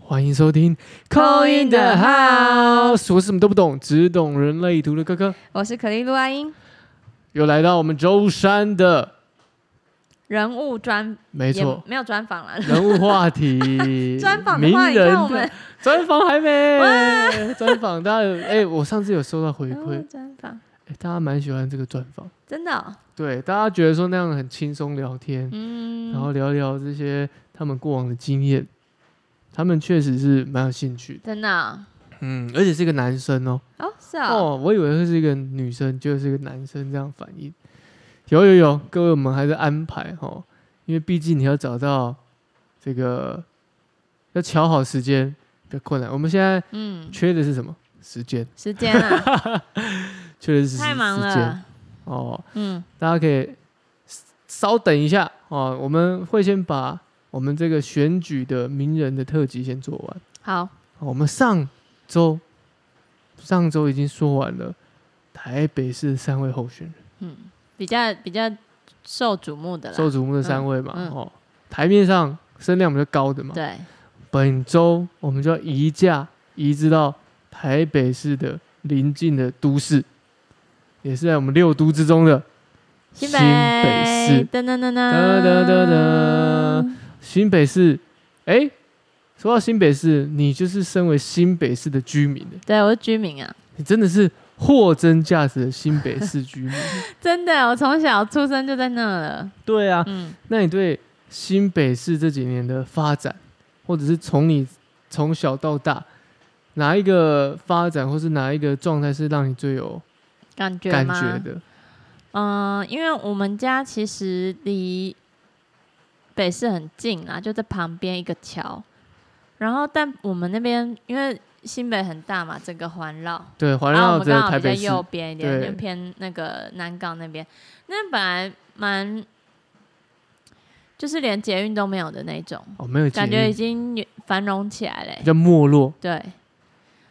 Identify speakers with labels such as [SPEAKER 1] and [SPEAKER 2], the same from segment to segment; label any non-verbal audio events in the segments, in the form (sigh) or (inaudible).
[SPEAKER 1] 欢迎收听《Call in the House》，我什么都不懂，只懂人类图的哥哥，
[SPEAKER 2] 我是可丽露阿英，
[SPEAKER 1] 又来到我们周三的，
[SPEAKER 2] 人物专
[SPEAKER 1] 没错
[SPEAKER 2] 也，没有专访
[SPEAKER 1] (laughs)
[SPEAKER 2] 了，
[SPEAKER 1] 人物话题，
[SPEAKER 2] (laughs) 专访的
[SPEAKER 1] 名
[SPEAKER 2] 话，你
[SPEAKER 1] 人
[SPEAKER 2] 看我们
[SPEAKER 1] 专访还没，专访大家有，
[SPEAKER 2] (laughs)
[SPEAKER 1] 哎、我上次有收到回
[SPEAKER 2] 人物
[SPEAKER 1] 馈，
[SPEAKER 2] 哦专访
[SPEAKER 1] 哎大家蛮喜欢这个专访，
[SPEAKER 2] 真的哦、
[SPEAKER 1] 对，大家觉得说那样很轻松聊天，
[SPEAKER 2] 嗯，
[SPEAKER 1] 然后聊聊这些他们过往的经验，他们确实是蛮有兴趣的，
[SPEAKER 2] 真的哦、
[SPEAKER 1] 嗯，而且是一个男生哦。
[SPEAKER 2] 哦是哦，
[SPEAKER 1] 哦，我以为会是一个女生，就是一个男生这样反应。有有有，各位我们还是安排哦，因为毕竟你要找到这个要瞧好时间比较困难。我们现在
[SPEAKER 2] 嗯，
[SPEAKER 1] 缺的是什么？时间，
[SPEAKER 2] 时间啊，
[SPEAKER 1] 缺的 (laughs) 是时
[SPEAKER 2] 太忙
[SPEAKER 1] 时间
[SPEAKER 2] 了，
[SPEAKER 1] 哦。
[SPEAKER 2] 嗯，
[SPEAKER 1] 大家可以稍等一下哦，我们会先把我们这个选举的名人的特辑先做完。
[SPEAKER 2] 好，
[SPEAKER 1] 好我们上周上周已经说完了台北市三位候选人。
[SPEAKER 2] 比较比较受瞩目的
[SPEAKER 1] 受
[SPEAKER 2] 啦，
[SPEAKER 1] 瞩目的三位嘛，
[SPEAKER 2] 嗯嗯
[SPEAKER 1] 哦，台面上声量比较高的嘛。
[SPEAKER 2] 对，
[SPEAKER 1] 本周我们就要移驾移至到台北市的邻近的都市，也是在我们六都之中的
[SPEAKER 2] 新
[SPEAKER 1] 北市。
[SPEAKER 2] 噔噔噔噔
[SPEAKER 1] 噔噔噔噔，新北市，哎、说到新北市，你就是身为新北市的居民的，
[SPEAKER 2] 对我是居民啊，
[SPEAKER 1] 你真的是货真价实的新北市居
[SPEAKER 2] (laughs)
[SPEAKER 1] 民。
[SPEAKER 2] 真的，我从小出生就在那了，
[SPEAKER 1] 对啊，
[SPEAKER 2] 嗯，
[SPEAKER 1] 那你对新北市这几年的发展，或者是从你从小到大，哪一个发展或是哪一个状态是让你最有
[SPEAKER 2] 感觉
[SPEAKER 1] 感
[SPEAKER 2] 吗
[SPEAKER 1] 觉的？
[SPEAKER 2] 嗯，因为我们家其实离北市很近啦，就在旁边一个桥。然后，但我们那边因为新北很大嘛，整个环绕，
[SPEAKER 1] 对，环
[SPEAKER 2] 然后啊我
[SPEAKER 1] 绕
[SPEAKER 2] 们
[SPEAKER 1] 着
[SPEAKER 2] 刚好
[SPEAKER 1] 台
[SPEAKER 2] 比较
[SPEAKER 1] 北市，
[SPEAKER 2] 右边一点，
[SPEAKER 1] 对
[SPEAKER 2] 就偏那个南港那边。那本来蛮就是连捷运都没有的那种，
[SPEAKER 1] 哦，没有捷
[SPEAKER 2] 感觉已
[SPEAKER 1] 运，
[SPEAKER 2] 经有繁荣起来了欸、
[SPEAKER 1] 比较没落。
[SPEAKER 2] 对，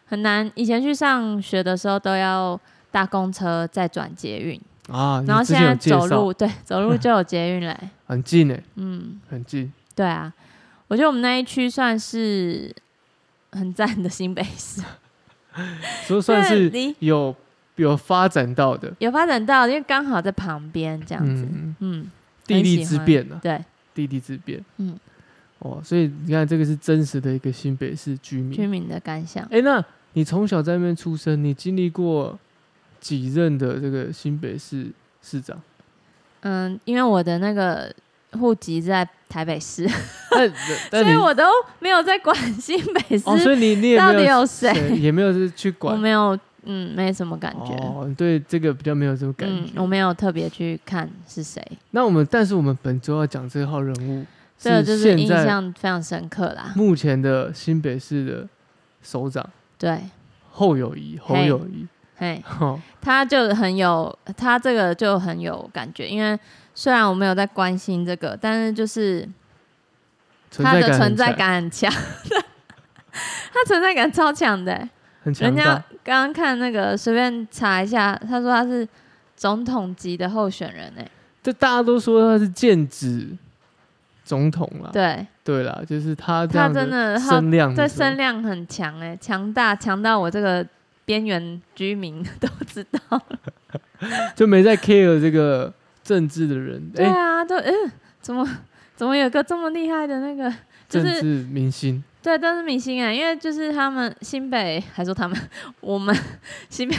[SPEAKER 2] 很难。以前去上学的时候都要搭公车再转捷运。
[SPEAKER 1] 啊，
[SPEAKER 2] 然后
[SPEAKER 1] 你之
[SPEAKER 2] 现
[SPEAKER 1] 前有
[SPEAKER 2] 在
[SPEAKER 1] 介
[SPEAKER 2] 走
[SPEAKER 1] 绍
[SPEAKER 2] 路，对，
[SPEAKER 1] (laughs)
[SPEAKER 2] 走路就有捷运嘞。
[SPEAKER 1] 很近诶、欸
[SPEAKER 2] 嗯，
[SPEAKER 1] 很近。
[SPEAKER 2] 对啊，我觉得我们那一区算是很赞的新北市，
[SPEAKER 1] 所以 (laughs) 算
[SPEAKER 2] 对
[SPEAKER 1] 是
[SPEAKER 2] 离
[SPEAKER 1] 有有发展到的，
[SPEAKER 2] 有发展到，因为刚好在旁边这样子。嗯，
[SPEAKER 1] 嗯，地利之便啊，
[SPEAKER 2] 对，
[SPEAKER 1] 地利之便，
[SPEAKER 2] 嗯，
[SPEAKER 1] 哦，所以你看这个是真实的一个新北市居民
[SPEAKER 2] 居民的感想。
[SPEAKER 1] 哎、那你从小在那边出生，你经历过几任的这个新北市市长？ (laughs)
[SPEAKER 2] 嗯，因为我的那个户籍在台北市， (laughs)
[SPEAKER 1] 但
[SPEAKER 2] 所
[SPEAKER 1] 但
[SPEAKER 2] 以
[SPEAKER 1] 你
[SPEAKER 2] 我都没有在管新北市，
[SPEAKER 1] 哦，所以你你也
[SPEAKER 2] 到
[SPEAKER 1] 没
[SPEAKER 2] 底
[SPEAKER 1] 有
[SPEAKER 2] 有谁
[SPEAKER 1] (laughs) 也没有是去
[SPEAKER 2] 我
[SPEAKER 1] 管
[SPEAKER 2] 没有，嗯，没什么感觉。
[SPEAKER 1] 哦，你对这个比较没有这种感
[SPEAKER 2] 嗯，
[SPEAKER 1] 觉。
[SPEAKER 2] 我没有特别去看是谁，
[SPEAKER 1] 那我们但是我们本周要讲这号人物
[SPEAKER 2] (laughs) 这个就是
[SPEAKER 1] 现
[SPEAKER 2] 印
[SPEAKER 1] 在嗯
[SPEAKER 2] 象非常深刻啦。
[SPEAKER 1] 目前的新北市的首长
[SPEAKER 2] 对，
[SPEAKER 1] 侯友谊，侯
[SPEAKER 2] 嘿
[SPEAKER 1] 友谊。
[SPEAKER 2] 嘿，
[SPEAKER 1] (laughs) 哦，
[SPEAKER 2] 他就很有，他这个就很有感觉，因为虽然我没有在关心这个，但是就是
[SPEAKER 1] 存
[SPEAKER 2] 他
[SPEAKER 1] 在
[SPEAKER 2] 的
[SPEAKER 1] 感
[SPEAKER 2] 存
[SPEAKER 1] 很
[SPEAKER 2] 在
[SPEAKER 1] 强，
[SPEAKER 2] 感很强， (laughs) 他存在感超强的、
[SPEAKER 1] 很强
[SPEAKER 2] 人家
[SPEAKER 1] 大。
[SPEAKER 2] 刚刚看那个随便查一下，他说他是总统级的候选人哎、
[SPEAKER 1] 这大家都说他是剑指总统啦，
[SPEAKER 2] 对，
[SPEAKER 1] 对啦，就是他这
[SPEAKER 2] 他
[SPEAKER 1] 样
[SPEAKER 2] 真的他
[SPEAKER 1] 声量
[SPEAKER 2] 这
[SPEAKER 1] 的时候，
[SPEAKER 2] 声量很强哎、强大强到我这个边缘居民都知道。
[SPEAKER 1] 就没在 care 这个政治的人，哎、
[SPEAKER 2] 对啊，都嗯、怎么怎么有个这么厉害的那个，就
[SPEAKER 1] 政
[SPEAKER 2] 是
[SPEAKER 1] 治明星，
[SPEAKER 2] 对，都是明星啊，因为就是他们新北，还说他们，我们新北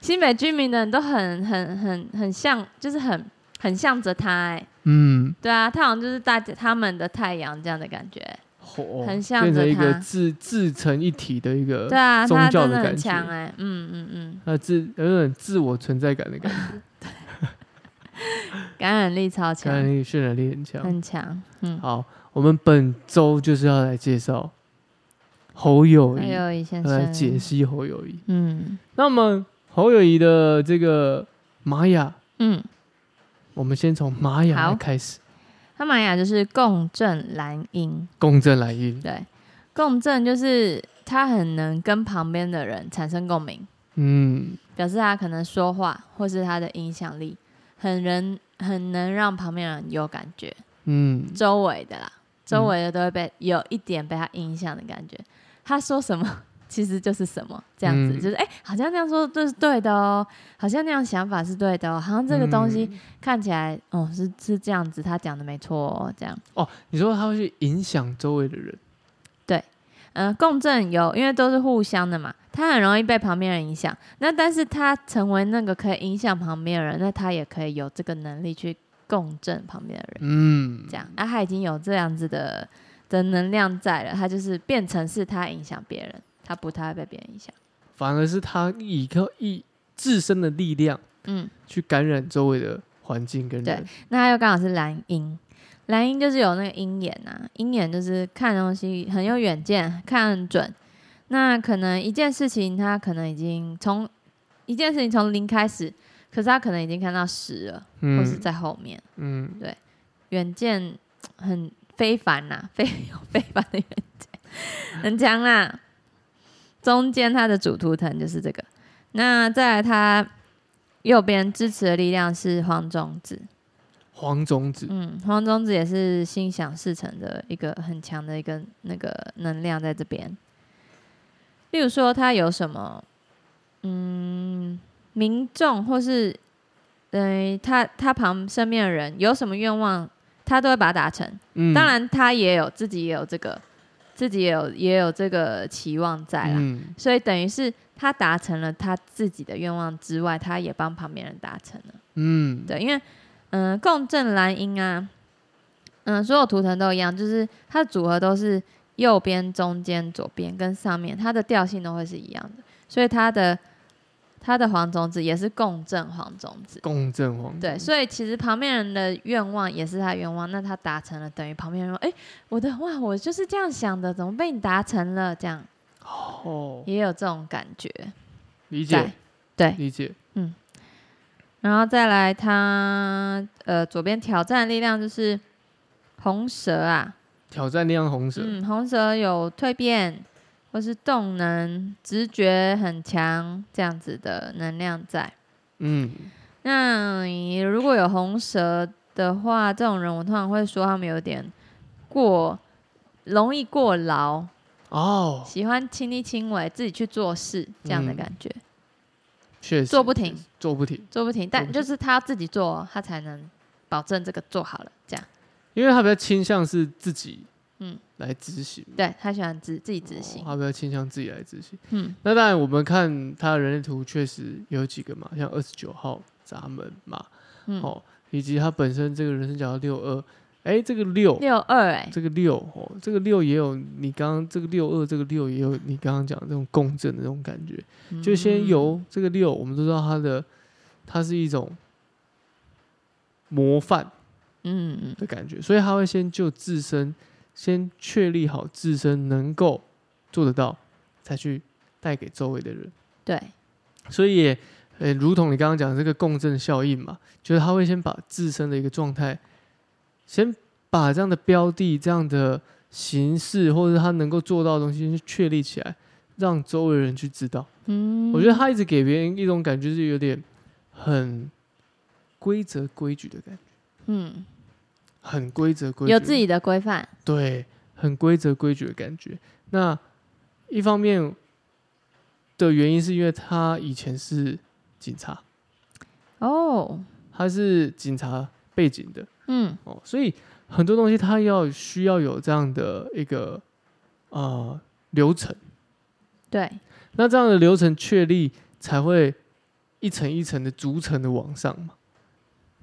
[SPEAKER 2] 新北居民的人都很很很很像，就是很很向着他、哎，
[SPEAKER 1] 嗯，
[SPEAKER 2] 对啊，他好像就是大家他们的太阳这样的感觉，
[SPEAKER 1] 火
[SPEAKER 2] 很像
[SPEAKER 1] 变成
[SPEAKER 2] 着
[SPEAKER 1] 一个
[SPEAKER 2] 他
[SPEAKER 1] 自自成一体的一个，
[SPEAKER 2] 对啊，
[SPEAKER 1] 呃宗
[SPEAKER 2] 他
[SPEAKER 1] 教
[SPEAKER 2] 真
[SPEAKER 1] 的
[SPEAKER 2] 的
[SPEAKER 1] 感
[SPEAKER 2] 很
[SPEAKER 1] 觉
[SPEAKER 2] 强哎、嗯嗯嗯，
[SPEAKER 1] 呃自有点自我存在感的感觉，
[SPEAKER 2] 感染力超
[SPEAKER 1] 感染
[SPEAKER 2] 强，
[SPEAKER 1] 力渲染力很强。
[SPEAKER 2] 很强，嗯，
[SPEAKER 1] 好，我们本周就是要来介绍侯友
[SPEAKER 2] 还
[SPEAKER 1] 谊，
[SPEAKER 2] 有哎一先
[SPEAKER 1] 要来解
[SPEAKER 2] 生，
[SPEAKER 1] 析侯友谊。
[SPEAKER 2] 嗯
[SPEAKER 1] 那么侯友谊的这个玛雅，
[SPEAKER 2] 嗯，
[SPEAKER 1] 我们先从玛雅来
[SPEAKER 2] 好
[SPEAKER 1] 开始，
[SPEAKER 2] 他玛雅就是共振蓝鹰，
[SPEAKER 1] 公正来音，
[SPEAKER 2] 对，共振就是他很能跟旁边的人产生共鸣。
[SPEAKER 1] 嗯，
[SPEAKER 2] 表示他可能说话或是他的影响力很人很能让旁边人有感觉，
[SPEAKER 1] 嗯，
[SPEAKER 2] 周围的啦，周围的都会被有一点被他影响的感觉。他说什么， (laughs) 其实就是什么，这样子、
[SPEAKER 1] 嗯
[SPEAKER 2] 就是哎、好像那样说就是对的哦，好像那样想法是对的哦，好像这个东西
[SPEAKER 1] 嗯
[SPEAKER 2] 看起来，哦、是是这样子，他讲的没错、哦，这样。
[SPEAKER 1] 哦，你说他会去影响周围的人，
[SPEAKER 2] 嗯、共振有，因为都是互相的嘛，他很容易被旁边人影响。那但是他成为那个可以影响旁边的人，那他也可以有这个能力去共振旁边的人，
[SPEAKER 1] 嗯，
[SPEAKER 2] 这样。那、他已经有这样子的的能量在了，他就是变成是他影响别人，他不太会被别人影响。
[SPEAKER 1] 反而是他依靠一自身的力量
[SPEAKER 2] 嗯，
[SPEAKER 1] 去感染周围的环境跟人，
[SPEAKER 2] 那他又刚好是蓝鹰，蓝鹰就是有那个鹰眼啊，鹰眼就是看东西很有远见，看很准。那可能一件事情，他可能已经从一件事情从零开始，可是他可能已经看到十了，或是
[SPEAKER 1] 嗯
[SPEAKER 2] 在后面，
[SPEAKER 1] 嗯，
[SPEAKER 2] 远见很非凡呐、 (laughs) 非有非凡的远见，很强啦。中间它的主图腾就是这个，那再来它右边支持的力量是黄种子，
[SPEAKER 1] 黄种子，
[SPEAKER 2] 嗯，黄宗子也是心想事成的一个很强的一个那个能量在这边。例如说，他有什么，嗯，民众或是，呃，他他旁身边的人有什么愿望，他都会把它达成。
[SPEAKER 1] 嗯，
[SPEAKER 2] 当然，他也有自己也有这个，自己也有也有这个期望在啦。
[SPEAKER 1] 嗯，
[SPEAKER 2] 所以等于是他达成了他自己的愿望之外，他也帮旁边人达成了。
[SPEAKER 1] 嗯，
[SPEAKER 2] 对，因为嗯、呃共振蓝鹰啊，嗯、所有图腾都一样，就是它的组合都是右边、中间、左边跟上面，它的调性都会是一样的，所以它的它的黄种子也是共振黄种子。
[SPEAKER 1] 共振黄种
[SPEAKER 2] 对，
[SPEAKER 1] 子，
[SPEAKER 2] 所以其实旁边人的愿望也是他的愿望，那他达成了，等于旁边人说：“哎、我的哇，我就是这样想的，怎么被你达成了？”这样
[SPEAKER 1] 哦，
[SPEAKER 2] 也有这种感觉
[SPEAKER 1] 理
[SPEAKER 2] 在
[SPEAKER 1] 解，。
[SPEAKER 2] 对，
[SPEAKER 1] 理解，
[SPEAKER 2] 然后再来它呃左边挑战力量就是红蛇啊，
[SPEAKER 1] 挑战力量红蛇，
[SPEAKER 2] 嗯，红蛇有蜕变或是动能、直觉很强这样子的能量在。
[SPEAKER 1] 嗯，
[SPEAKER 2] 那你如果有红蛇的话，这种人我通常会说他们有点过容易过劳，
[SPEAKER 1] 哦，
[SPEAKER 2] 喜欢亲力亲为，自己去做事这样的
[SPEAKER 1] 嗯
[SPEAKER 2] 感觉，
[SPEAKER 1] 确实
[SPEAKER 2] 做不停，
[SPEAKER 1] 做不停，
[SPEAKER 2] 做不停，
[SPEAKER 1] 做
[SPEAKER 2] 但
[SPEAKER 1] 不
[SPEAKER 2] 就是他自己做哦，他才能保证这个做好了这样。
[SPEAKER 1] 因为他比较倾向是自己，
[SPEAKER 2] 嗯
[SPEAKER 1] 嗯，来执行，
[SPEAKER 2] 对他喜欢自自己执
[SPEAKER 1] 哦
[SPEAKER 2] 行，
[SPEAKER 1] 他比较倾向自己来执行。
[SPEAKER 2] 嗯
[SPEAKER 1] 那当然，我们看他的人类图确实有几个嘛，像二十九号闸门嘛，
[SPEAKER 2] 嗯，
[SPEAKER 1] 哦，以及他本身这个人生角六二，哎，这个六，
[SPEAKER 2] 六二哎，
[SPEAKER 1] 这个六哦，这个六也有你刚刚这个六二，这个六也有你刚刚讲的这种共振的这种感觉。就
[SPEAKER 2] 嗯
[SPEAKER 1] 先由这个六，我们都知道它的，它是一种模范
[SPEAKER 2] 嗯，嗯
[SPEAKER 1] 的感觉，所以他会先就自身先确立好自身能够做得到，才去带给周围的人。
[SPEAKER 2] 对，
[SPEAKER 1] 所以也，呃，如同你刚刚讲的这个共振效应嘛，就是他会先把自身的一个状态，先把这样的标的、这样的形式，或者他能够做到的东西，先确立起来，让周围人去知道。
[SPEAKER 2] 嗯，
[SPEAKER 1] 我觉得他一直给别人一种感觉，是有点很规则规矩的感觉，
[SPEAKER 2] 嗯
[SPEAKER 1] 很规则规矩，
[SPEAKER 2] 有自己的规范，
[SPEAKER 1] 对，很规则规矩的感觉。那一方面的原因是因为他以前是警察，
[SPEAKER 2] 哦，
[SPEAKER 1] 他是警察背景的
[SPEAKER 2] 嗯
[SPEAKER 1] 哦，所以很多东西他要需要有这样的一个呃流程，
[SPEAKER 2] 对，
[SPEAKER 1] 那这样的流程确立才会一层一层的逐层的往上嘛，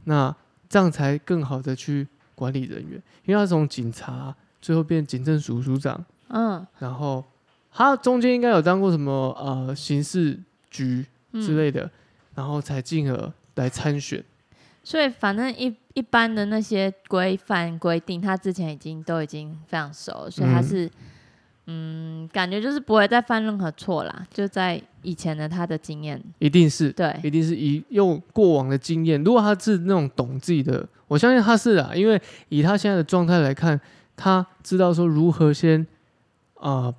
[SPEAKER 1] 那这样才更好的去管理人员，因为他从警察最后变警政署署长，
[SPEAKER 2] 嗯
[SPEAKER 1] 然后他中间应该有当过什么呃刑事局
[SPEAKER 2] 嗯
[SPEAKER 1] 之类的，然后才进而来参选。
[SPEAKER 2] 所以反正一一般的那些规范规定，他之前已经都已经非常熟了，所以他
[SPEAKER 1] 嗯
[SPEAKER 2] 是嗯感觉就是不会再犯任何错啦，就在以前的他的经验，
[SPEAKER 1] 一定是
[SPEAKER 2] 对，
[SPEAKER 1] 一定是以用过往的经验。如果他是那种懂自己的，我相信他是啊，因为以他现在的状态来看，他知道说如何先啊、呃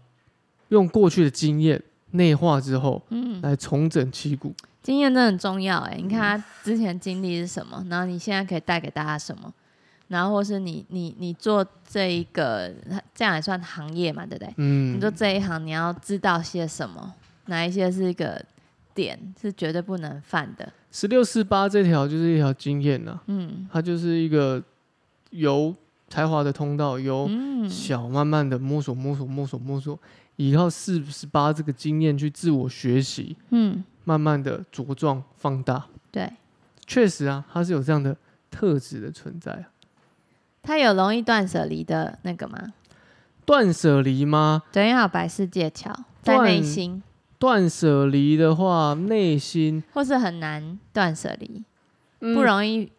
[SPEAKER 1] 用过去的经验内化之后
[SPEAKER 2] 嗯，
[SPEAKER 1] 来重整旗鼓。
[SPEAKER 2] 经欸验真的很重要哎、你看他之前经历是什么，然后你现在可以带给大家什么，然后或是你你你做这一个，这样也算行业嘛，对不对？
[SPEAKER 1] 嗯
[SPEAKER 2] 你做这一行，你要知道些什么，哪一些是一个点是绝对不能犯的。
[SPEAKER 1] 十六四八这条就是一条经验呐、
[SPEAKER 2] 嗯
[SPEAKER 1] 它就是一个由才华的通道，由
[SPEAKER 2] 嗯，
[SPEAKER 1] 小慢慢的摸索摸索摸索摸索，依靠四十八这个经验去自我学习，
[SPEAKER 2] 嗯，
[SPEAKER 1] 慢慢的茁壮放大。
[SPEAKER 2] 对，
[SPEAKER 1] 确实啊，它是有这样的特质的存在啊。
[SPEAKER 2] 他有容易断舍离的那个吗？
[SPEAKER 1] 断舍离吗？
[SPEAKER 2] 对，因为还有白世界桥在
[SPEAKER 1] 断
[SPEAKER 2] 内心，
[SPEAKER 1] 断舍离的话，内心、
[SPEAKER 2] 或是很难断舍离，
[SPEAKER 1] 嗯
[SPEAKER 2] 不容易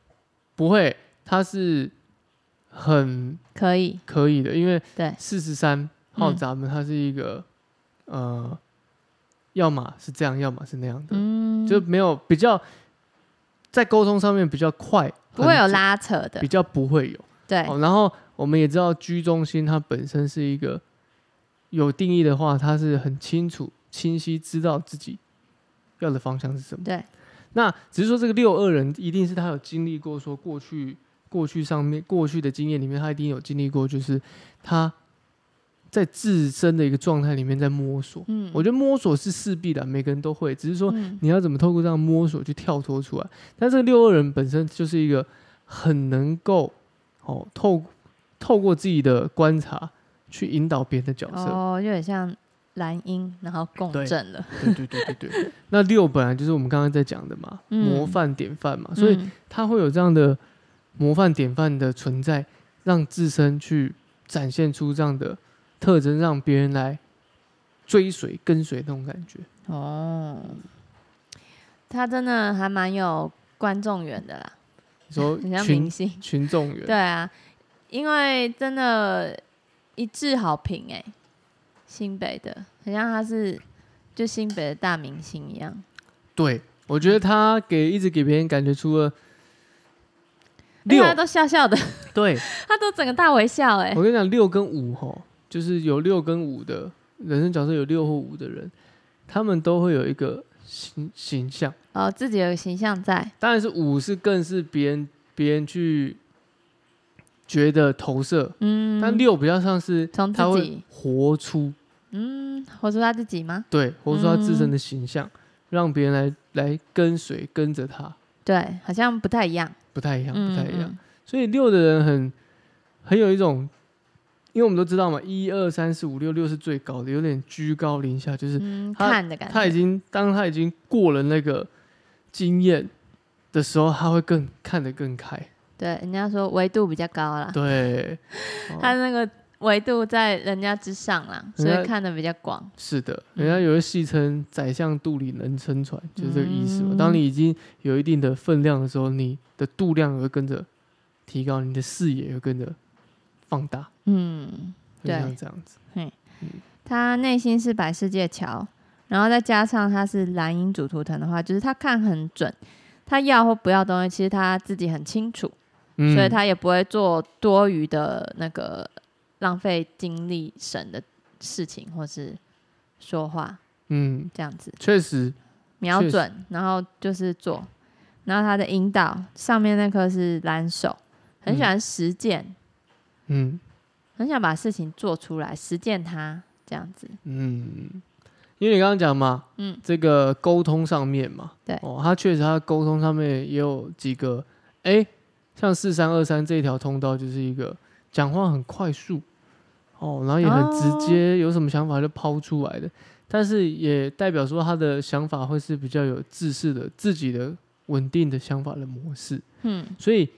[SPEAKER 1] 不会，它是很
[SPEAKER 2] 可以。
[SPEAKER 1] 可以的，因为
[SPEAKER 2] 对
[SPEAKER 1] 四十三号
[SPEAKER 2] 嗯
[SPEAKER 1] 闸门它是一个、呃，要么是这样，要么是那样的，
[SPEAKER 2] 嗯，
[SPEAKER 1] 就没有比较在沟通上面比较快，
[SPEAKER 2] 不会有
[SPEAKER 1] 很准，
[SPEAKER 2] 拉扯的
[SPEAKER 1] 比，较不会有。
[SPEAKER 2] 对，
[SPEAKER 1] 哦，然后我们也知道居中心它本身是一个有定义的话，它是很清楚、清晰知道自己要的方向是什么。
[SPEAKER 2] 对，
[SPEAKER 1] 那只是说这个六二人一定是他有经历过，说过去过去上面过去的经验里面，他一定有经历过，就是他在自身的一个状态里面在摸索。
[SPEAKER 2] 嗯，
[SPEAKER 1] 我觉得摸索是势必的，每个人都会，只是说
[SPEAKER 2] 嗯
[SPEAKER 1] 你要怎么透过这样摸索去跳脱出来。但这个六二人本身就是一个很能够哦透透过自己的观察去引导别人的角色。
[SPEAKER 2] 哦，有点像蓝鹰，然后共
[SPEAKER 1] 对
[SPEAKER 2] 振了，
[SPEAKER 1] 对对对对对。 (laughs) 那六本来就是我们刚刚在讲的嘛，
[SPEAKER 2] 嗯
[SPEAKER 1] 模范典范嘛，所以
[SPEAKER 2] 嗯
[SPEAKER 1] 他会有这样的模范典范的存在，让自身去展现出这样的特征，让别人来追随跟随那种感觉。
[SPEAKER 2] 哦，他真的还蛮有观众缘的啦，
[SPEAKER 1] 你说
[SPEAKER 2] (laughs) 很像明
[SPEAKER 1] 群
[SPEAKER 2] 星，
[SPEAKER 1] 群众
[SPEAKER 2] 对
[SPEAKER 1] 缘，
[SPEAKER 2] 啊，因为真的一致好评哎、新北的，很像他是就新北的大明星一样，
[SPEAKER 1] 对我觉得他给一直给别人感觉除了
[SPEAKER 2] 因
[SPEAKER 1] 六
[SPEAKER 2] 哎为他，都笑笑的， (laughs)
[SPEAKER 1] 对
[SPEAKER 2] 他都整个大微笑哎、
[SPEAKER 1] (laughs) 我跟你讲六跟五吼，就是有六跟五的人生角色有六或五的人，他们都会有一个形形象。
[SPEAKER 2] 哦，自己有个形象在，
[SPEAKER 1] 当然是五是更是别人别人去觉得投射，
[SPEAKER 2] 嗯，
[SPEAKER 1] 但六比较像是
[SPEAKER 2] 从自
[SPEAKER 1] 他会
[SPEAKER 2] 己
[SPEAKER 1] 活出，
[SPEAKER 2] 嗯，活出他自己吗？
[SPEAKER 1] 对，活出他自身的形象，让别人来来跟随跟着他，
[SPEAKER 2] 对，好像不太一样，
[SPEAKER 1] 不太一样，不太一样。
[SPEAKER 2] 嗯嗯
[SPEAKER 1] 所以六的人很很有一种，因为我们都知道嘛，一二三四五六六是最高的，有点居高临下，就是
[SPEAKER 2] 嗯，
[SPEAKER 1] 他
[SPEAKER 2] 看的感觉，
[SPEAKER 1] 他已经当他已经过了那个经验的时候，他会更看得更开，
[SPEAKER 2] 对，人家说维度比较高啦， (laughs)
[SPEAKER 1] 对。哦
[SPEAKER 2] 他那个维度在人家之上啦，所
[SPEAKER 1] 人
[SPEAKER 2] 以
[SPEAKER 1] 家
[SPEAKER 2] 看的比较广。
[SPEAKER 1] 是的，
[SPEAKER 2] 嗯
[SPEAKER 1] 人家有一戏称“宰相肚里能撑船”，就是这个意思嘛。
[SPEAKER 2] 嗯
[SPEAKER 1] 当你已经有一定的分量的时候，你的度量也会跟着提高，你的视野也会跟着放大，
[SPEAKER 2] 嗯，
[SPEAKER 1] 就
[SPEAKER 2] 对
[SPEAKER 1] 像这样子。
[SPEAKER 2] 他内心是白世界桥，然后再加上他是蓝鹰主图腾的话，就是他看很准，他要或不要东西，其实他自己很清楚，
[SPEAKER 1] 嗯
[SPEAKER 2] 所以他也不会做多余的那个浪费精力神的事情，或是说话
[SPEAKER 1] 嗯，
[SPEAKER 2] 这样子。
[SPEAKER 1] 确实
[SPEAKER 2] 瞄
[SPEAKER 1] 确实
[SPEAKER 2] 准，然后就是做，然后他的引导上面那颗是蓝手，很喜欢实践，
[SPEAKER 1] 嗯
[SPEAKER 2] 很想把事情做出来，实践它这样子。
[SPEAKER 1] 嗯，因为你刚刚讲嘛，
[SPEAKER 2] 嗯，
[SPEAKER 1] 这个沟通上面嘛，
[SPEAKER 2] 对
[SPEAKER 1] 哦，他确实他沟通上面也有几个，哎、像四三二三这一条通道就是一个讲话很快速，哦，然后也很直接，有什么想法就抛出来的，但是也代表说他的想法会是比较有自视的、自己的稳定的想法的模式，
[SPEAKER 2] 嗯，
[SPEAKER 1] 所以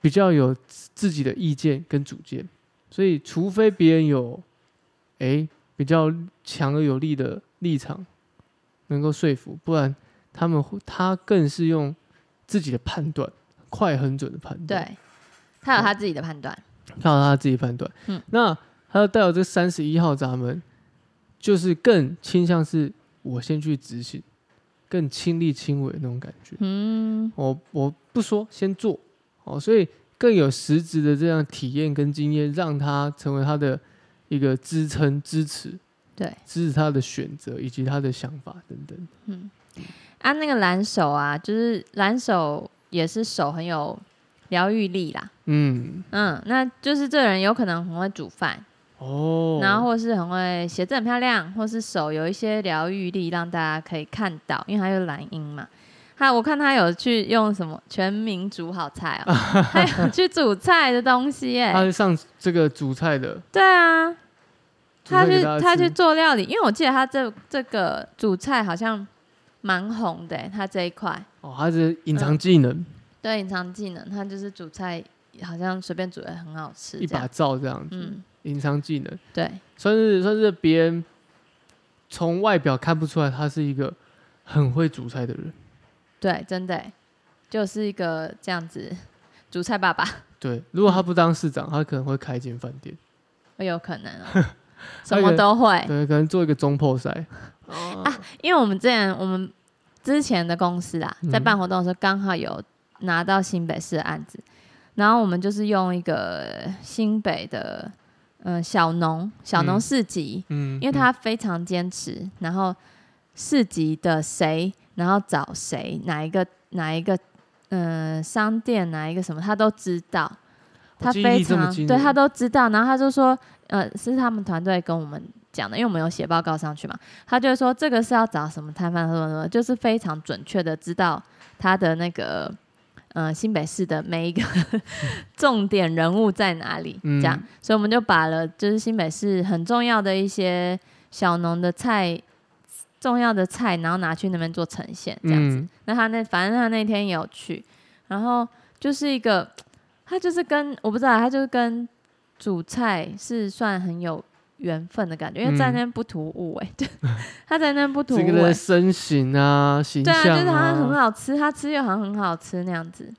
[SPEAKER 1] 比较有自自己的意见跟主见，所以除非别人有哎、诶比较强而有力的立场能够说服，不然他们会他更是用自己的判断，快很准的判断，
[SPEAKER 2] 对，他有他自己的判断。
[SPEAKER 1] 靠他自己判断。
[SPEAKER 2] 嗯
[SPEAKER 1] 那他带有这三十一号闸门，就是更倾向是我先去执行，更亲力亲为那种感觉。
[SPEAKER 2] 嗯，
[SPEAKER 1] 我我不说，先做哦，所以更有实质的这样体验跟经验，让他成为他的一个支撑、支持、
[SPEAKER 2] 对，
[SPEAKER 1] 支持他的选择以及他的想法等等。
[SPEAKER 2] 啊，那个蓝手啊，就是蓝手也是手很有疗愈力啦。
[SPEAKER 1] 嗯，
[SPEAKER 2] 嗯，那就是这个人有可能很会煮饭，
[SPEAKER 1] 哦，
[SPEAKER 2] 然后或是很会写字很漂亮，或是手有一些疗愈力，让大家可以看到，因为他有蓝音嘛。他我看他有去用什么全民煮好菜
[SPEAKER 1] (laughs)
[SPEAKER 2] 哦，他有去煮菜的东西耶、
[SPEAKER 1] 他是上这个煮菜的，
[SPEAKER 2] 对啊，
[SPEAKER 1] 煮
[SPEAKER 2] 他
[SPEAKER 1] 菜给
[SPEAKER 2] 去
[SPEAKER 1] 大家
[SPEAKER 2] 他去
[SPEAKER 1] 吃
[SPEAKER 2] 做料理，因为我记得他这这个煮菜好像蛮红的耶、他这一块
[SPEAKER 1] 哦，他是隐
[SPEAKER 2] 嗯
[SPEAKER 1] 藏技能，
[SPEAKER 2] 对隐藏技能，他就是煮菜好像随便煮的很好吃
[SPEAKER 1] 一
[SPEAKER 2] 这
[SPEAKER 1] 把
[SPEAKER 2] 样，
[SPEAKER 1] 照这样子，
[SPEAKER 2] 嗯，
[SPEAKER 1] 隐藏技能
[SPEAKER 2] 对，
[SPEAKER 1] 算是算是别人从外表看不出来他是一个很会煮菜的人，
[SPEAKER 2] 对，真的欸，就是一个这样子，主菜爸爸
[SPEAKER 1] 对，如果他不当市长，他可能会开一间饭店，
[SPEAKER 2] 会有可
[SPEAKER 1] (laughs)
[SPEAKER 2] 能、哦什
[SPEAKER 1] 还有
[SPEAKER 2] 么
[SPEAKER 1] 一个
[SPEAKER 2] 都会。
[SPEAKER 1] 对，可能做一个中破赛，
[SPEAKER 2] 因为我们之前我们之前的公司啊，在
[SPEAKER 1] 嗯
[SPEAKER 2] 办活动的时候刚好有拿到新北市的案子，然后我们就是用一个新北的嗯、呃小农小农
[SPEAKER 1] 嗯
[SPEAKER 2] 市集，
[SPEAKER 1] 嗯，
[SPEAKER 2] 因为他非常坚持，然后市集的谁，然后找谁，哪一个哪一个嗯、呃商店哪一个什么，他都知道。他
[SPEAKER 1] 哦记忆
[SPEAKER 2] 非
[SPEAKER 1] 力这么
[SPEAKER 2] 常
[SPEAKER 1] 惊
[SPEAKER 2] 对
[SPEAKER 1] 人
[SPEAKER 2] 他都知道，然后他就说，呃，是他们团队跟我们讲的，因为我们有写报告上去嘛，他就会说这个是要找什么摊贩什么什么，就是非常准确的知道他的那个，呃，新北市的每一个 (laughs) 重点人物在哪里，这样
[SPEAKER 1] 嗯，
[SPEAKER 2] 所以我们就把了就是新北市很重要的一些小农的菜。重要的菜，然后拿去那边做呈现，这样子。
[SPEAKER 1] 嗯
[SPEAKER 2] 那他那反正他那天也有去，然后就是一个，他就是跟我不知道，他就是跟主菜是算很有缘分的感觉，因为在那边不突兀哎、
[SPEAKER 1] (laughs)
[SPEAKER 2] 就他在那边不突兀、
[SPEAKER 1] 这个人的
[SPEAKER 2] 欸，
[SPEAKER 1] 身形啊、形
[SPEAKER 2] 对
[SPEAKER 1] 象
[SPEAKER 2] 啊，就是好像很好吃，他吃又好像很好吃那样子，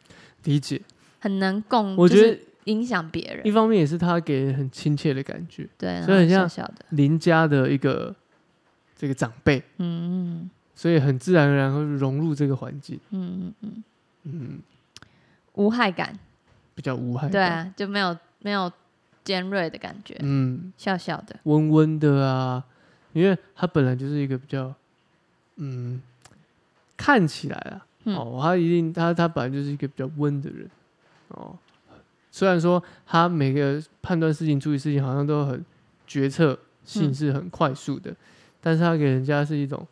[SPEAKER 1] 理解。
[SPEAKER 2] 很能共，
[SPEAKER 1] 我觉
[SPEAKER 2] 嗯就
[SPEAKER 1] 得
[SPEAKER 2] 是影响别人
[SPEAKER 1] 一，方面也是他给人很亲切的感觉，
[SPEAKER 2] 对，然
[SPEAKER 1] 所以
[SPEAKER 2] 后
[SPEAKER 1] 很
[SPEAKER 2] 小
[SPEAKER 1] 像
[SPEAKER 2] 小的，
[SPEAKER 1] 邻家的一个这个长辈，
[SPEAKER 2] 嗯
[SPEAKER 1] 所以很自然而然会融入这个环境，
[SPEAKER 2] 嗯嗯嗯，
[SPEAKER 1] 嗯，
[SPEAKER 2] 无害感，
[SPEAKER 1] 比较无害。
[SPEAKER 2] 对，啊，就没有没有尖锐的感觉，
[SPEAKER 1] 嗯，
[SPEAKER 2] 小小的，
[SPEAKER 1] 温温的啊，因为他本来就是一个比较，嗯，看起来啊，
[SPEAKER 2] 嗯
[SPEAKER 1] 哦，他一定他他本来就是一个比较温的人，哦，虽然说他每个判断事情、处理事情好像都很决策性
[SPEAKER 2] 嗯
[SPEAKER 1] 是很快速的，但是他给人家是一种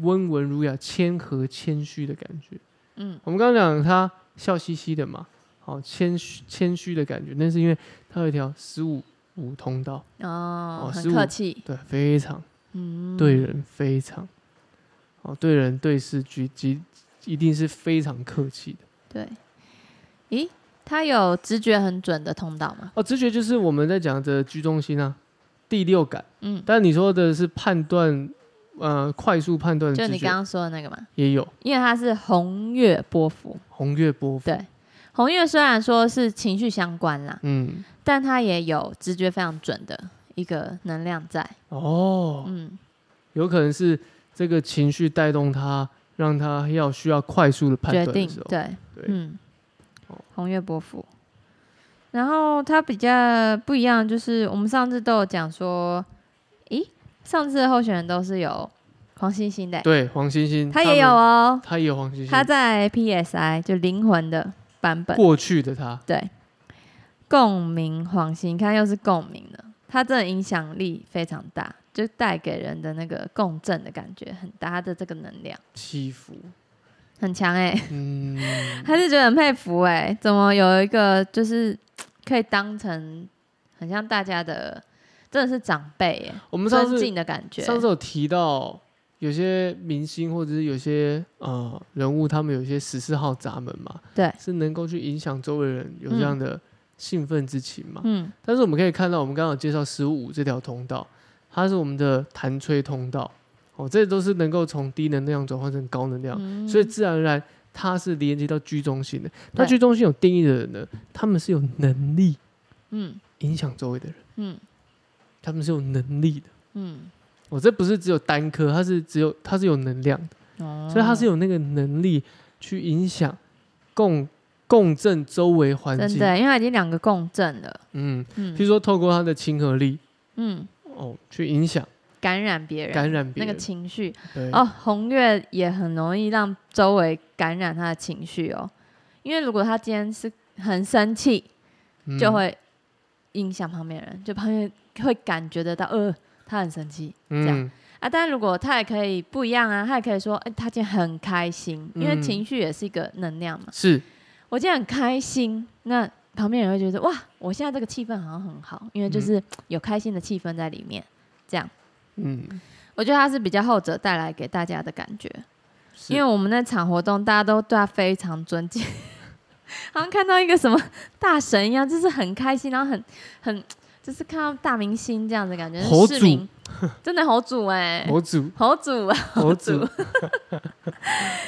[SPEAKER 1] 温文儒雅、谦和谦虚的感觉。
[SPEAKER 2] 嗯
[SPEAKER 1] 我们刚刚讲他笑嘻嘻的嘛，哦，谦虚谦虚的感觉，那是因为他有一条十五五通道，
[SPEAKER 2] 哦，
[SPEAKER 1] 哦
[SPEAKER 2] 很
[SPEAKER 1] 15
[SPEAKER 2] 客气，
[SPEAKER 1] 对，非常
[SPEAKER 2] 嗯，
[SPEAKER 1] 对人非常，哦，对人对事举及一定是非常客气的。
[SPEAKER 2] 对，咦，他有直觉很准的通道吗？
[SPEAKER 1] 哦，直觉就是我们在讲的居中心啊，第六感。
[SPEAKER 2] 嗯，
[SPEAKER 1] 但你说的是判断，呃，快速判断
[SPEAKER 2] 就
[SPEAKER 1] 的直
[SPEAKER 2] 你刚
[SPEAKER 1] 觉
[SPEAKER 2] 刚说的那个嘛，
[SPEAKER 1] 也有
[SPEAKER 2] 因为他是红月波幅，
[SPEAKER 1] 红月波幅。
[SPEAKER 2] 对，红月虽然说是情绪相关啦，
[SPEAKER 1] 嗯，
[SPEAKER 2] 但他也有直觉非常准的一个能量在，
[SPEAKER 1] 哦，
[SPEAKER 2] 嗯，
[SPEAKER 1] 有可能是这个情绪带动他，让他要需要快速的判
[SPEAKER 2] 决
[SPEAKER 1] 断
[SPEAKER 2] 定
[SPEAKER 1] 的时候，
[SPEAKER 2] 对，
[SPEAKER 1] 对
[SPEAKER 2] 嗯
[SPEAKER 1] 哦，
[SPEAKER 2] 红月波幅。然后他比较不一样，就是我们上次都有讲说，咦，上次的候选人都是有黄星星的欸，
[SPEAKER 1] 对黄星星，
[SPEAKER 2] 他也有
[SPEAKER 1] 们，
[SPEAKER 2] 哦，
[SPEAKER 1] 他也有黄星星，
[SPEAKER 2] 他在 PSI 就灵魂的版本，
[SPEAKER 1] 过去的他，
[SPEAKER 2] 对，共鸣黄星，你看又是共鸣了，他真的影响力非常大，就带给人的那个共振的感觉很大，他的这个能量
[SPEAKER 1] 起伏，
[SPEAKER 2] 很强哎、
[SPEAKER 1] 嗯，
[SPEAKER 2] 还是觉得很佩服哎、怎么有一个就是可以当成很像大家的，真的是长辈耶、
[SPEAKER 1] 我们上
[SPEAKER 2] 尊
[SPEAKER 1] 次
[SPEAKER 2] 敬的感觉，
[SPEAKER 1] 上次有提到。有些明星或者是有些呃人物，他们有一些十四号闸门嘛，
[SPEAKER 2] 对，
[SPEAKER 1] 是能够去影响周围人有这样的兴奋之情嘛。
[SPEAKER 2] 嗯
[SPEAKER 1] 但是我们可以看到，我们刚刚有介绍十五这条通道，它是我们的弹吹通道，哦，这都是能够从低能量转换成高能量，
[SPEAKER 2] 嗯，
[SPEAKER 1] 啊所以自然而然它是连接到居中心的。那
[SPEAKER 2] 对
[SPEAKER 1] 居中心有定义的人呢，他们是有能力
[SPEAKER 2] 嗯
[SPEAKER 1] 影响周围的人，
[SPEAKER 2] 嗯
[SPEAKER 1] 他们是有能力的。
[SPEAKER 2] 嗯，
[SPEAKER 1] 哦，这不是只有单颗，它是只有它是有能量的，
[SPEAKER 2] 哦
[SPEAKER 1] 所以它是有那个能力去影响共共振周围环
[SPEAKER 2] 真
[SPEAKER 1] 境。
[SPEAKER 2] 的，因为他已经两个共振了，
[SPEAKER 1] 嗯，
[SPEAKER 2] 嗯
[SPEAKER 1] 譬如说透过他的亲和力
[SPEAKER 2] 嗯。
[SPEAKER 1] 哦，去影响
[SPEAKER 2] 感染别人，
[SPEAKER 1] 感染别
[SPEAKER 2] 那个
[SPEAKER 1] 人。
[SPEAKER 2] 情绪
[SPEAKER 1] 对，
[SPEAKER 2] 哦，红月也很容易让周围感染他的情绪哦，因为如果他今天是很生气，
[SPEAKER 1] 嗯
[SPEAKER 2] 就会影响旁边人，就旁边会感觉得到，呃，他很生气这样
[SPEAKER 1] 嗯
[SPEAKER 2] 啊。但如果他也可以不一样啊，他也可以说，哎、他今天很开心，因为
[SPEAKER 1] 嗯
[SPEAKER 2] 情绪也是一个能量嘛。
[SPEAKER 1] 是
[SPEAKER 2] 我今天很开心，那旁边人会觉得哇，我现在这个气氛好像很好，因为就是有开心的气氛在里面。这样，
[SPEAKER 1] 嗯，
[SPEAKER 2] 我觉得他是比较后者带来给大家的感觉，
[SPEAKER 1] 是
[SPEAKER 2] 因为我们那场活动大家都对他非常尊敬， (laughs) 好像看到一个什么大神一样，就是很开心，然后很很就是看到大明星这样的感觉，
[SPEAKER 1] 猴
[SPEAKER 2] 市
[SPEAKER 1] (laughs)
[SPEAKER 2] 民真的猴主哎、
[SPEAKER 1] 我
[SPEAKER 2] (laughs)
[SPEAKER 1] 主
[SPEAKER 2] 猴主啊，
[SPEAKER 1] 我
[SPEAKER 2] 主
[SPEAKER 1] 主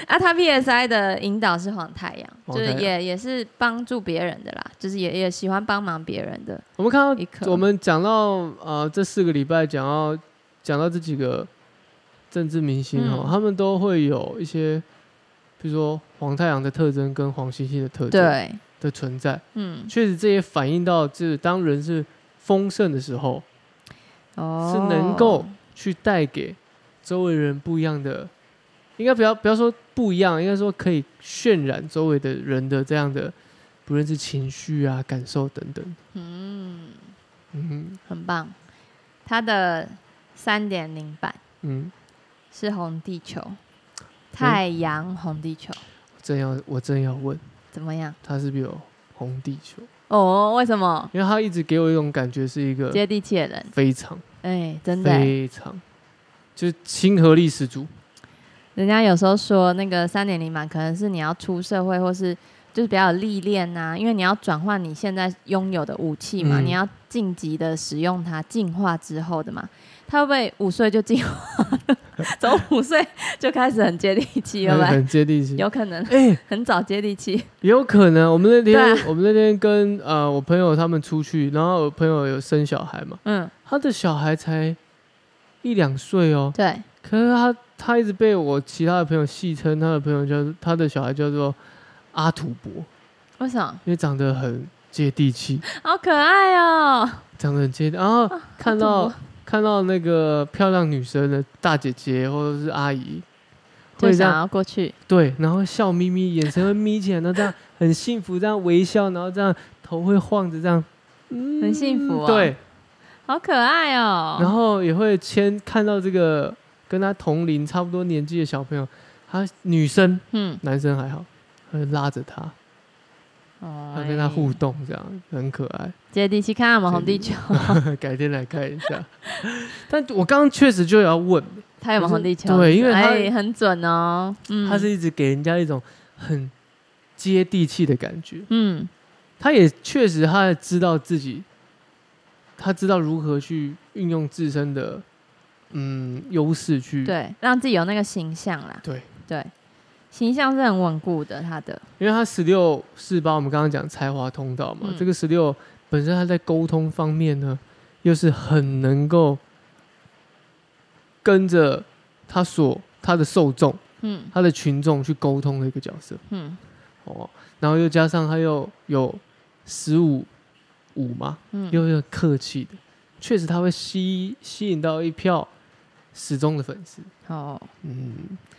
[SPEAKER 2] 啊，他 PSI 的引导是黄太阳，
[SPEAKER 1] 黄
[SPEAKER 2] 就是
[SPEAKER 1] 太
[SPEAKER 2] 也也是帮助别人的啦，就是也也喜欢帮忙别人的
[SPEAKER 1] 我们看
[SPEAKER 2] 一刻。
[SPEAKER 1] 到我们讲到呃这四个礼拜讲到讲到这几个政治明星哦，
[SPEAKER 2] 嗯
[SPEAKER 1] 他们都会有一些，比如说黄太阳的特征跟黄星星的特征
[SPEAKER 2] 对，
[SPEAKER 1] 的存在，
[SPEAKER 2] 嗯，
[SPEAKER 1] 确实这也反映到就是当人是丰盛的时候，
[SPEAKER 2] 哦，
[SPEAKER 1] 是能够去带给周围人不一样的，应该不要不要说不一样，应该说可以渲染周围的人的这样的，不论是情绪啊、感受等等。
[SPEAKER 2] 嗯，
[SPEAKER 1] 嗯
[SPEAKER 2] 很棒。他的三点零版
[SPEAKER 1] 嗯，
[SPEAKER 2] 是红地球，太阳红地球
[SPEAKER 1] 真要我真要问
[SPEAKER 2] 怎么样？
[SPEAKER 1] 他是不是有红地球，
[SPEAKER 2] 哦，为什么
[SPEAKER 1] 因为他一直给我一种感觉是一个
[SPEAKER 2] 接地气的人？
[SPEAKER 1] 非常
[SPEAKER 2] 哎，真的欸，
[SPEAKER 1] 非常就是亲和力十足。
[SPEAKER 2] 人家有时候说那个三点零版，可能是你要出社会，或是就是比较有历练呐、因为你要转换你现在拥有的武器嘛，
[SPEAKER 1] 嗯
[SPEAKER 2] 你要晋级的使用它，进化之后的嘛。他会不会五岁就进化了？ (laughs) 从五岁就开始很接地气，会不会？
[SPEAKER 1] 很 (laughs) 接地气。
[SPEAKER 2] 有可能
[SPEAKER 1] 哎、
[SPEAKER 2] 很早接地气。
[SPEAKER 1] 也有可能，我们那天、
[SPEAKER 2] 对啊
[SPEAKER 1] 我们那天跟呃我朋友他们出去，然后我朋友有生小孩嘛，
[SPEAKER 2] 嗯，
[SPEAKER 1] 他的小孩才一两岁哦，
[SPEAKER 2] 对，
[SPEAKER 1] 可是他他一直被我其他的朋友戏称他的朋友叫他的小孩叫做阿土伯，
[SPEAKER 2] 为什么？
[SPEAKER 1] 因为长得很接地气，
[SPEAKER 2] 好可爱哦！
[SPEAKER 1] 长得很接地，然后看
[SPEAKER 2] 阿土
[SPEAKER 1] 到、
[SPEAKER 2] 伯
[SPEAKER 1] 看到那个漂亮女生的大姐姐或者是阿姨，
[SPEAKER 2] 就
[SPEAKER 1] 会这
[SPEAKER 2] 想
[SPEAKER 1] 样
[SPEAKER 2] 要过去，
[SPEAKER 1] 对，然后笑眯眯，眼神会眯起来，然后这样很幸福，这样微笑，然后这样头会晃着，这样，嗯
[SPEAKER 2] 很幸福哦
[SPEAKER 1] 对，
[SPEAKER 2] 好可爱哦。
[SPEAKER 1] 然后也会牵看到这个跟他同龄差不多年纪的小朋友，他女生
[SPEAKER 2] 嗯，
[SPEAKER 1] 男生还好，会拉着他，
[SPEAKER 2] 哦
[SPEAKER 1] 他跟他互动，这样很可爱。 (laughs)
[SPEAKER 2] 接地气，看看我们红地球，
[SPEAKER 1] 改天来看一下。 (laughs) 但我刚刚确实就要问，
[SPEAKER 2] 他有没有红地球？
[SPEAKER 1] 对因为他
[SPEAKER 2] 哎很准哦。嗯，
[SPEAKER 1] 他是一直给人家一种很接地气的感觉。
[SPEAKER 2] 嗯，
[SPEAKER 1] 他也确实，他知道自己，他知道如何去运用自身的嗯优势去，
[SPEAKER 2] 对，让自己有那个形象啦。
[SPEAKER 1] 对
[SPEAKER 2] 对，形象是很稳固的，他的
[SPEAKER 1] 因为他十六四八，我们刚刚讲才华通道嘛，
[SPEAKER 2] 嗯
[SPEAKER 1] 这个十六本身他在沟通方面呢，又是很能够跟着他所他的受众、
[SPEAKER 2] 嗯
[SPEAKER 1] 他的群众去沟通的一个角色
[SPEAKER 2] 嗯
[SPEAKER 1] 哦，然后又加上他又有十五五嘛，
[SPEAKER 2] 嗯，
[SPEAKER 1] 又有客气的，确实他会吸吸引到一票始终的粉丝。
[SPEAKER 2] 哦，
[SPEAKER 1] 嗯，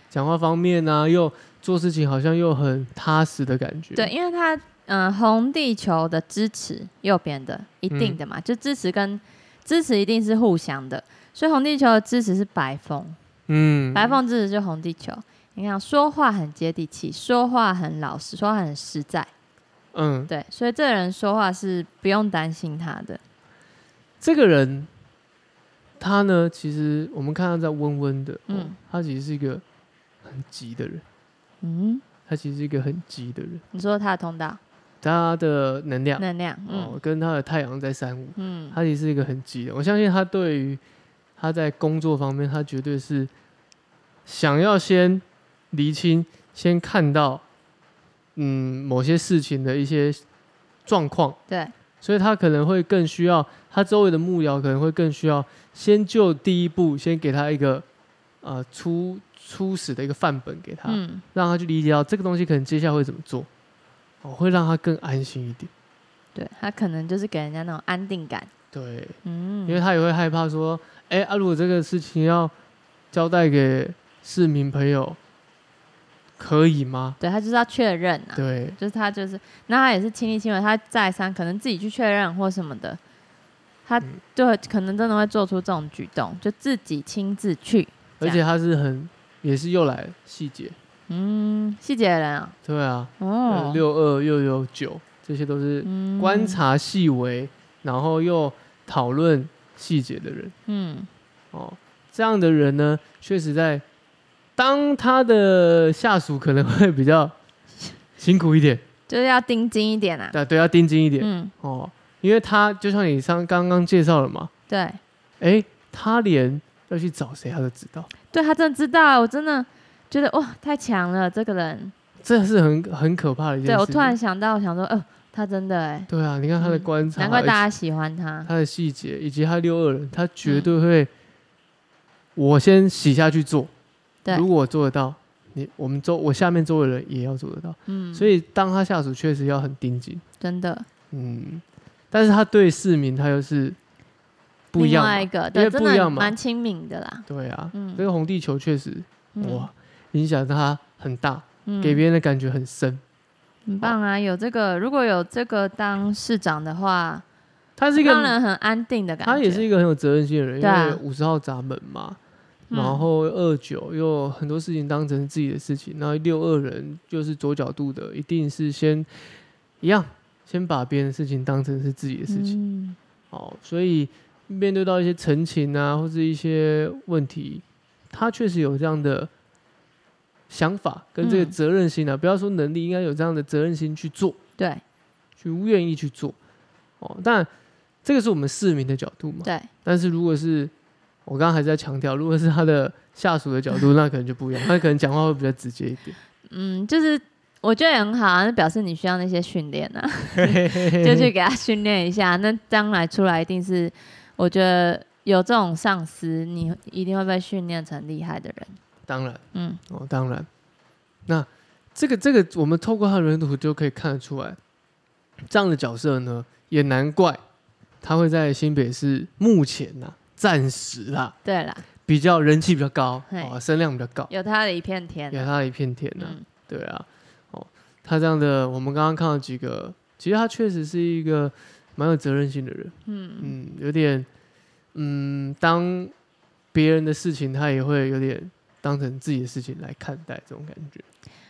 [SPEAKER 1] 讲话方面呢、又做事情好像又很踏实的感觉。
[SPEAKER 2] 对，，因为他嗯、呃红地球的支持右边的一定的嘛，
[SPEAKER 1] 嗯
[SPEAKER 2] 就支持跟支持一定是互相的，所以红地球的支持是白风，
[SPEAKER 1] 嗯，
[SPEAKER 2] 白凤支持就红地球。你看，说话很接地气，说话很老实，说话很实在，
[SPEAKER 1] 嗯，
[SPEAKER 2] 对，所以这个人说话是不用担心他的，
[SPEAKER 1] 这个人他呢，其实我们看他在温温的，嗯、
[SPEAKER 2] 嗯
[SPEAKER 1] 他其实是一个很急的人，
[SPEAKER 2] 嗯，
[SPEAKER 1] 他其实是一个很急的人，
[SPEAKER 2] 你说他的通道
[SPEAKER 1] 他的能量
[SPEAKER 2] 能量，嗯
[SPEAKER 1] 哦，跟他的太阳在三五，
[SPEAKER 2] 嗯，
[SPEAKER 1] 他其实是一个很急的。我相信他对于他在工作方面，他绝对是想要先厘清，先看到嗯某些事情的一些状况，
[SPEAKER 2] 对，
[SPEAKER 1] 所以他可能会更需要他周围的幕僚可能会更需要先就第一步，先给他一个呃初初始的一个范本给他，
[SPEAKER 2] 嗯。
[SPEAKER 1] 让他去理解到这个东西可能接下来会怎么做，哦，会让他更安心一点。
[SPEAKER 2] 对他可能就是给人家那种安定感，
[SPEAKER 1] 对，
[SPEAKER 2] 嗯，
[SPEAKER 1] 因为他也会害怕说，哎、啊，如果这个事情要交代给市民朋友，可以吗？
[SPEAKER 2] 对他就是要确认啊，
[SPEAKER 1] 对，
[SPEAKER 2] 就是他就是，那他也是亲力亲为，他再三可能自己去确认或什么的，他
[SPEAKER 1] 嗯
[SPEAKER 2] 就会可能真的会做出这种举动，就自己亲自去，这
[SPEAKER 1] 而
[SPEAKER 2] 样
[SPEAKER 1] 且他是很也是又来细节，
[SPEAKER 2] 嗯，细节的人啊，
[SPEAKER 1] 对啊，
[SPEAKER 2] 哦，
[SPEAKER 1] 六二又有九，这些都是
[SPEAKER 2] 嗯
[SPEAKER 1] 观，察细微，然后又讨论细节的人
[SPEAKER 2] 嗯
[SPEAKER 1] 哦。这样的人呢，确实在当他的下属可能会比较辛苦一
[SPEAKER 2] (laughs)
[SPEAKER 1] 点，
[SPEAKER 2] 就是要盯紧一点啊，
[SPEAKER 1] 对对，要盯紧一点
[SPEAKER 2] 嗯，
[SPEAKER 1] 哦，因为他就像你上刚刚介绍了嘛，
[SPEAKER 2] 对，
[SPEAKER 1] 诶，他连要去找谁他都知道，
[SPEAKER 2] 对他真的知道，我真的觉得哇，太强了这个人，
[SPEAKER 1] 这是很很可怕的一件
[SPEAKER 2] 对
[SPEAKER 1] 事。
[SPEAKER 2] 我突然想到，我想说，呃，他真的哎、
[SPEAKER 1] 对啊，你看他的观察，
[SPEAKER 2] 嗯难怪
[SPEAKER 1] 而且
[SPEAKER 2] 大家喜欢他，
[SPEAKER 1] 他的细节以及他六二人，他绝对会，我先洗下去做。
[SPEAKER 2] 对
[SPEAKER 1] 如果我做得到，你我们周我下面周围人也要做得到。
[SPEAKER 2] 嗯，
[SPEAKER 1] 所以当他下属确实要很盯紧，
[SPEAKER 2] 真的
[SPEAKER 1] 嗯，但是他对市民他又是不一
[SPEAKER 2] 另
[SPEAKER 1] 样
[SPEAKER 2] 外一
[SPEAKER 1] 嘛，
[SPEAKER 2] 个，
[SPEAKER 1] 因
[SPEAKER 2] 对，
[SPEAKER 1] 为
[SPEAKER 2] 真
[SPEAKER 1] 不一
[SPEAKER 2] 的
[SPEAKER 1] 样嘛
[SPEAKER 2] 蛮亲民的啦，
[SPEAKER 1] 对啊，
[SPEAKER 2] 嗯
[SPEAKER 1] 这个红地球确实
[SPEAKER 2] 嗯、
[SPEAKER 1] 哇影响他很大，
[SPEAKER 2] 嗯
[SPEAKER 1] 给别人的感觉很深。
[SPEAKER 2] 很棒啊，有这个，如果有这个当市长的话，
[SPEAKER 1] 他是一
[SPEAKER 2] 让
[SPEAKER 1] 个
[SPEAKER 2] 人很安定的感觉，
[SPEAKER 1] 他也是一个很有责任心的人，因
[SPEAKER 2] 对啊
[SPEAKER 1] 为五十号闸门嘛，
[SPEAKER 2] 嗯
[SPEAKER 1] 然后二九又很多事情当成自己的事情，然后六二人就是左角度的，一定是先一样，先把别人的事情当成是自己的事情。
[SPEAKER 2] 嗯
[SPEAKER 1] 哦，所以面对到一些陈情啊，或是一些问题，他确实有这样的想法跟这个
[SPEAKER 2] 嗯
[SPEAKER 1] 责任心啊，不要说能力，应该有这样的责任心去做，
[SPEAKER 2] 对
[SPEAKER 1] 去愿意去做。哦，但这个是我们市民的角度嘛。
[SPEAKER 2] 对，
[SPEAKER 1] 但是如果是我刚刚还是在强调，如果是他的下属的角度，那可能就不一样，
[SPEAKER 2] (laughs)
[SPEAKER 1] 他可能讲话会比较直接一点。
[SPEAKER 2] 嗯，就是我觉得也很好啊，那表示你需要那些训练
[SPEAKER 1] (laughs)
[SPEAKER 2] 啊。就
[SPEAKER 1] 就
[SPEAKER 2] 去给他训练一下。那将来出来一定是，我觉得有这种上司，你一定会被训练成厉害的人。
[SPEAKER 1] 当然
[SPEAKER 2] 嗯
[SPEAKER 1] 哦，当然，那这个这个，我们透过他的人图就可以看得出来，这样的角色呢，也难怪他会在新北市目前呐、暂时啦、
[SPEAKER 2] 对啦，
[SPEAKER 1] 比较人气比较高，
[SPEAKER 2] 嘿
[SPEAKER 1] 哦，声量比较高，
[SPEAKER 2] 有他的一片天啊、
[SPEAKER 1] 有他的一片天呐、
[SPEAKER 2] 嗯，
[SPEAKER 1] 对啊，哦，他这样的，我们刚刚看到几个，其实他确实是一个蛮有责任心的人，嗯有点，嗯，当别人的事情，他也会有点当成自己的事情来看待，这种感觉。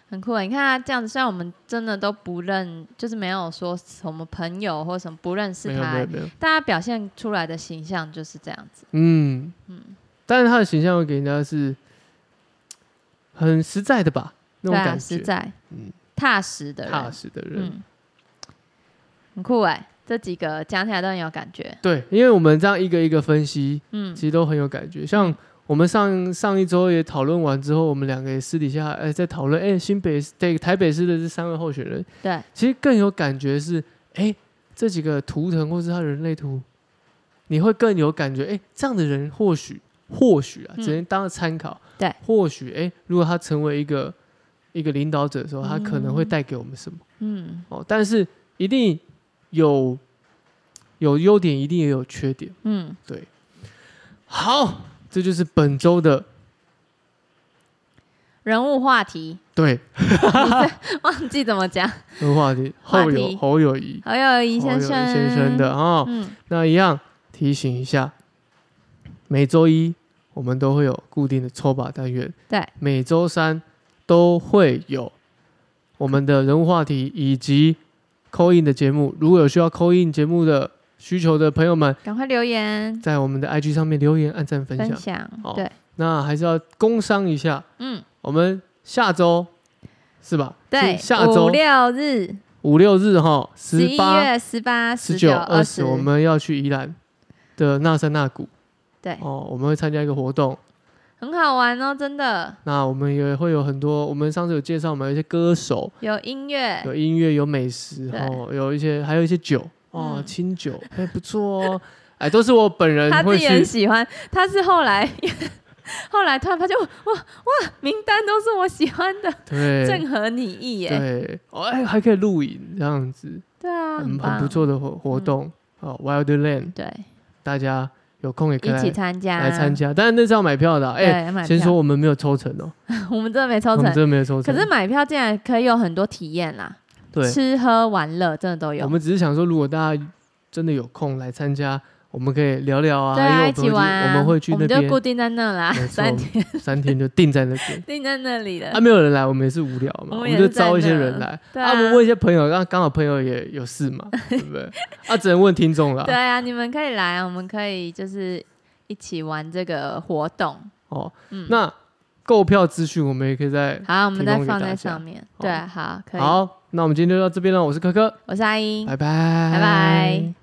[SPEAKER 2] 很酷啊。你看他这样子，虽然我们真的都不认，就是没有说什么朋友或什么不认识
[SPEAKER 1] 没有没
[SPEAKER 2] 他
[SPEAKER 1] 有，没有，
[SPEAKER 2] 但他表现出来的形象就是这样子。
[SPEAKER 1] 嗯嗯，但是他的形象会给人家是很实在的吧，那
[SPEAKER 2] 对
[SPEAKER 1] 种
[SPEAKER 2] 啊，
[SPEAKER 1] 感
[SPEAKER 2] 实
[SPEAKER 1] 觉，
[SPEAKER 2] 在，
[SPEAKER 1] 嗯
[SPEAKER 2] 踏实的人，
[SPEAKER 1] 踏实的人。
[SPEAKER 2] 嗯，很酷哎、这几个讲起来都很有感觉。
[SPEAKER 1] 对，因为我们这样一个一个分析，
[SPEAKER 2] 嗯
[SPEAKER 1] 其，实都很有感觉。像我们上上一周也讨论完之后，我们两个也私底下哎在讨论，哎新北对台北市的这三位候选人，
[SPEAKER 2] 对，
[SPEAKER 1] 其实更有感觉是，哎这几个图腾或是他人类图，你会更有感觉，哎这样的人或许或许啊，
[SPEAKER 2] 嗯
[SPEAKER 1] 只能当参考，
[SPEAKER 2] 对，
[SPEAKER 1] 或许哎如果他成为一个一个领导者的时候，他可能会带给我们什么、
[SPEAKER 2] 嗯
[SPEAKER 1] 哦，但是一定有有优点，一定也有缺点。
[SPEAKER 2] 嗯，
[SPEAKER 1] 对，好，这就是本周的
[SPEAKER 2] 人物话题。
[SPEAKER 1] 对
[SPEAKER 2] 忘记怎么讲，
[SPEAKER 1] 文话题，
[SPEAKER 2] 话
[SPEAKER 1] 后
[SPEAKER 2] 题
[SPEAKER 1] 有侯友谊
[SPEAKER 2] 好友
[SPEAKER 1] 侯
[SPEAKER 2] 谊
[SPEAKER 1] 友
[SPEAKER 2] 先
[SPEAKER 1] 宜
[SPEAKER 2] 生，
[SPEAKER 1] 哦先生的，啊、哦
[SPEAKER 2] 嗯，
[SPEAKER 1] 那一样提醒一下，每周一我们都会有固定的抽把单元，
[SPEAKER 2] 对，
[SPEAKER 1] 每周三都会有我们的人物话题以及扣印的节目。如果有需要扣印节目的需求的朋友们，
[SPEAKER 2] 赶快留言
[SPEAKER 1] 在我们的 IG 上面留言、按赞、分享
[SPEAKER 2] 分。享
[SPEAKER 1] 哦，
[SPEAKER 2] 对，
[SPEAKER 1] 那还是要工商一下，
[SPEAKER 2] 嗯，
[SPEAKER 1] 我们下周是吧？
[SPEAKER 2] 对，
[SPEAKER 1] 是下
[SPEAKER 2] 五
[SPEAKER 1] 周
[SPEAKER 2] 六日，
[SPEAKER 1] 五六日哈，
[SPEAKER 2] 十一
[SPEAKER 1] 十八、
[SPEAKER 2] 月十八、
[SPEAKER 1] 十
[SPEAKER 2] 九、
[SPEAKER 1] 九、
[SPEAKER 2] 二
[SPEAKER 1] 二十，我们要去宜兰的那山那谷
[SPEAKER 2] 对，
[SPEAKER 1] 哦，我们会参加一个活动。
[SPEAKER 2] 很好玩哦，真的
[SPEAKER 1] 那我们也会有很多，我们上次有介绍，我们有一些歌手，
[SPEAKER 2] 有音乐，
[SPEAKER 1] 有音乐，有美食，
[SPEAKER 2] 对
[SPEAKER 1] 哦，有一些，还有一些酒哦，
[SPEAKER 2] 嗯
[SPEAKER 1] 清酒，哎，不错哦，哎，都是我本人
[SPEAKER 2] 他自
[SPEAKER 1] 会
[SPEAKER 2] 己很
[SPEAKER 1] 去，
[SPEAKER 2] 喜欢，他是后来后来突然发现，哇哇哇，名单都是我喜欢的，
[SPEAKER 1] 对
[SPEAKER 2] 正合你意耶，
[SPEAKER 1] 对，哦，哎，还可以露营这样子，
[SPEAKER 2] 对啊，
[SPEAKER 1] 很
[SPEAKER 2] 很
[SPEAKER 1] 很
[SPEAKER 2] 棒，嗯
[SPEAKER 1] 不，错的活活动哦，Wild Land，
[SPEAKER 2] 对，
[SPEAKER 1] 大家有空也可以
[SPEAKER 2] 一
[SPEAKER 1] 来
[SPEAKER 2] 起参加，
[SPEAKER 1] 来参加，但是那是要买票的啊。哎、
[SPEAKER 2] 对，买
[SPEAKER 1] 先
[SPEAKER 2] 票
[SPEAKER 1] 说，我们没有抽成哦、
[SPEAKER 2] (laughs) 我们真的没抽
[SPEAKER 1] 我们
[SPEAKER 2] 成，
[SPEAKER 1] 真的没有抽
[SPEAKER 2] 可
[SPEAKER 1] 成。
[SPEAKER 2] 是买票竟然可以有很多体验啦，
[SPEAKER 1] 对，
[SPEAKER 2] 吃喝玩乐真的都
[SPEAKER 1] 我
[SPEAKER 2] 有，
[SPEAKER 1] 们只是想说，如果大家真的有空来参加，我们可以聊聊啊，
[SPEAKER 2] 对
[SPEAKER 1] 因
[SPEAKER 2] 啊，
[SPEAKER 1] 为我
[SPEAKER 2] 一
[SPEAKER 1] 朋
[SPEAKER 2] 起
[SPEAKER 1] 友就
[SPEAKER 2] 玩啊，
[SPEAKER 1] 我们会去
[SPEAKER 2] 我
[SPEAKER 1] 那
[SPEAKER 2] 们就
[SPEAKER 1] 边
[SPEAKER 2] 固定在那啦，
[SPEAKER 1] 没错
[SPEAKER 2] (laughs) 三天
[SPEAKER 1] 三天就定在那
[SPEAKER 2] (laughs)
[SPEAKER 1] 边。
[SPEAKER 2] 定在那里
[SPEAKER 1] 啊，
[SPEAKER 2] 了，
[SPEAKER 1] 没有人来，我们也是无聊嘛，
[SPEAKER 2] 我们
[SPEAKER 1] 我
[SPEAKER 2] 也
[SPEAKER 1] 们
[SPEAKER 2] 是
[SPEAKER 1] 就招一些人
[SPEAKER 2] 在
[SPEAKER 1] 来。
[SPEAKER 2] 对
[SPEAKER 1] 啊，
[SPEAKER 2] 啊
[SPEAKER 1] 我们问一些朋友，刚刚好朋友也有事
[SPEAKER 2] (laughs)
[SPEAKER 1] 嘛，对不对？啊，只能问听众
[SPEAKER 2] 对
[SPEAKER 1] 了。
[SPEAKER 2] 啊，你们可以来啊，我们可以就是一起玩这个活动，
[SPEAKER 1] 哦，
[SPEAKER 2] 嗯
[SPEAKER 1] 那购票资讯我们也可以在。
[SPEAKER 2] 好，我们再
[SPEAKER 1] 提供给
[SPEAKER 2] 放
[SPEAKER 1] 大
[SPEAKER 2] 在
[SPEAKER 1] 家
[SPEAKER 2] 上面，
[SPEAKER 1] 好
[SPEAKER 2] 对，好，可以，
[SPEAKER 1] 好，那我们今天就到这边了。我是柯柯，
[SPEAKER 2] 我是阿英，
[SPEAKER 1] 拜拜，
[SPEAKER 2] 拜拜。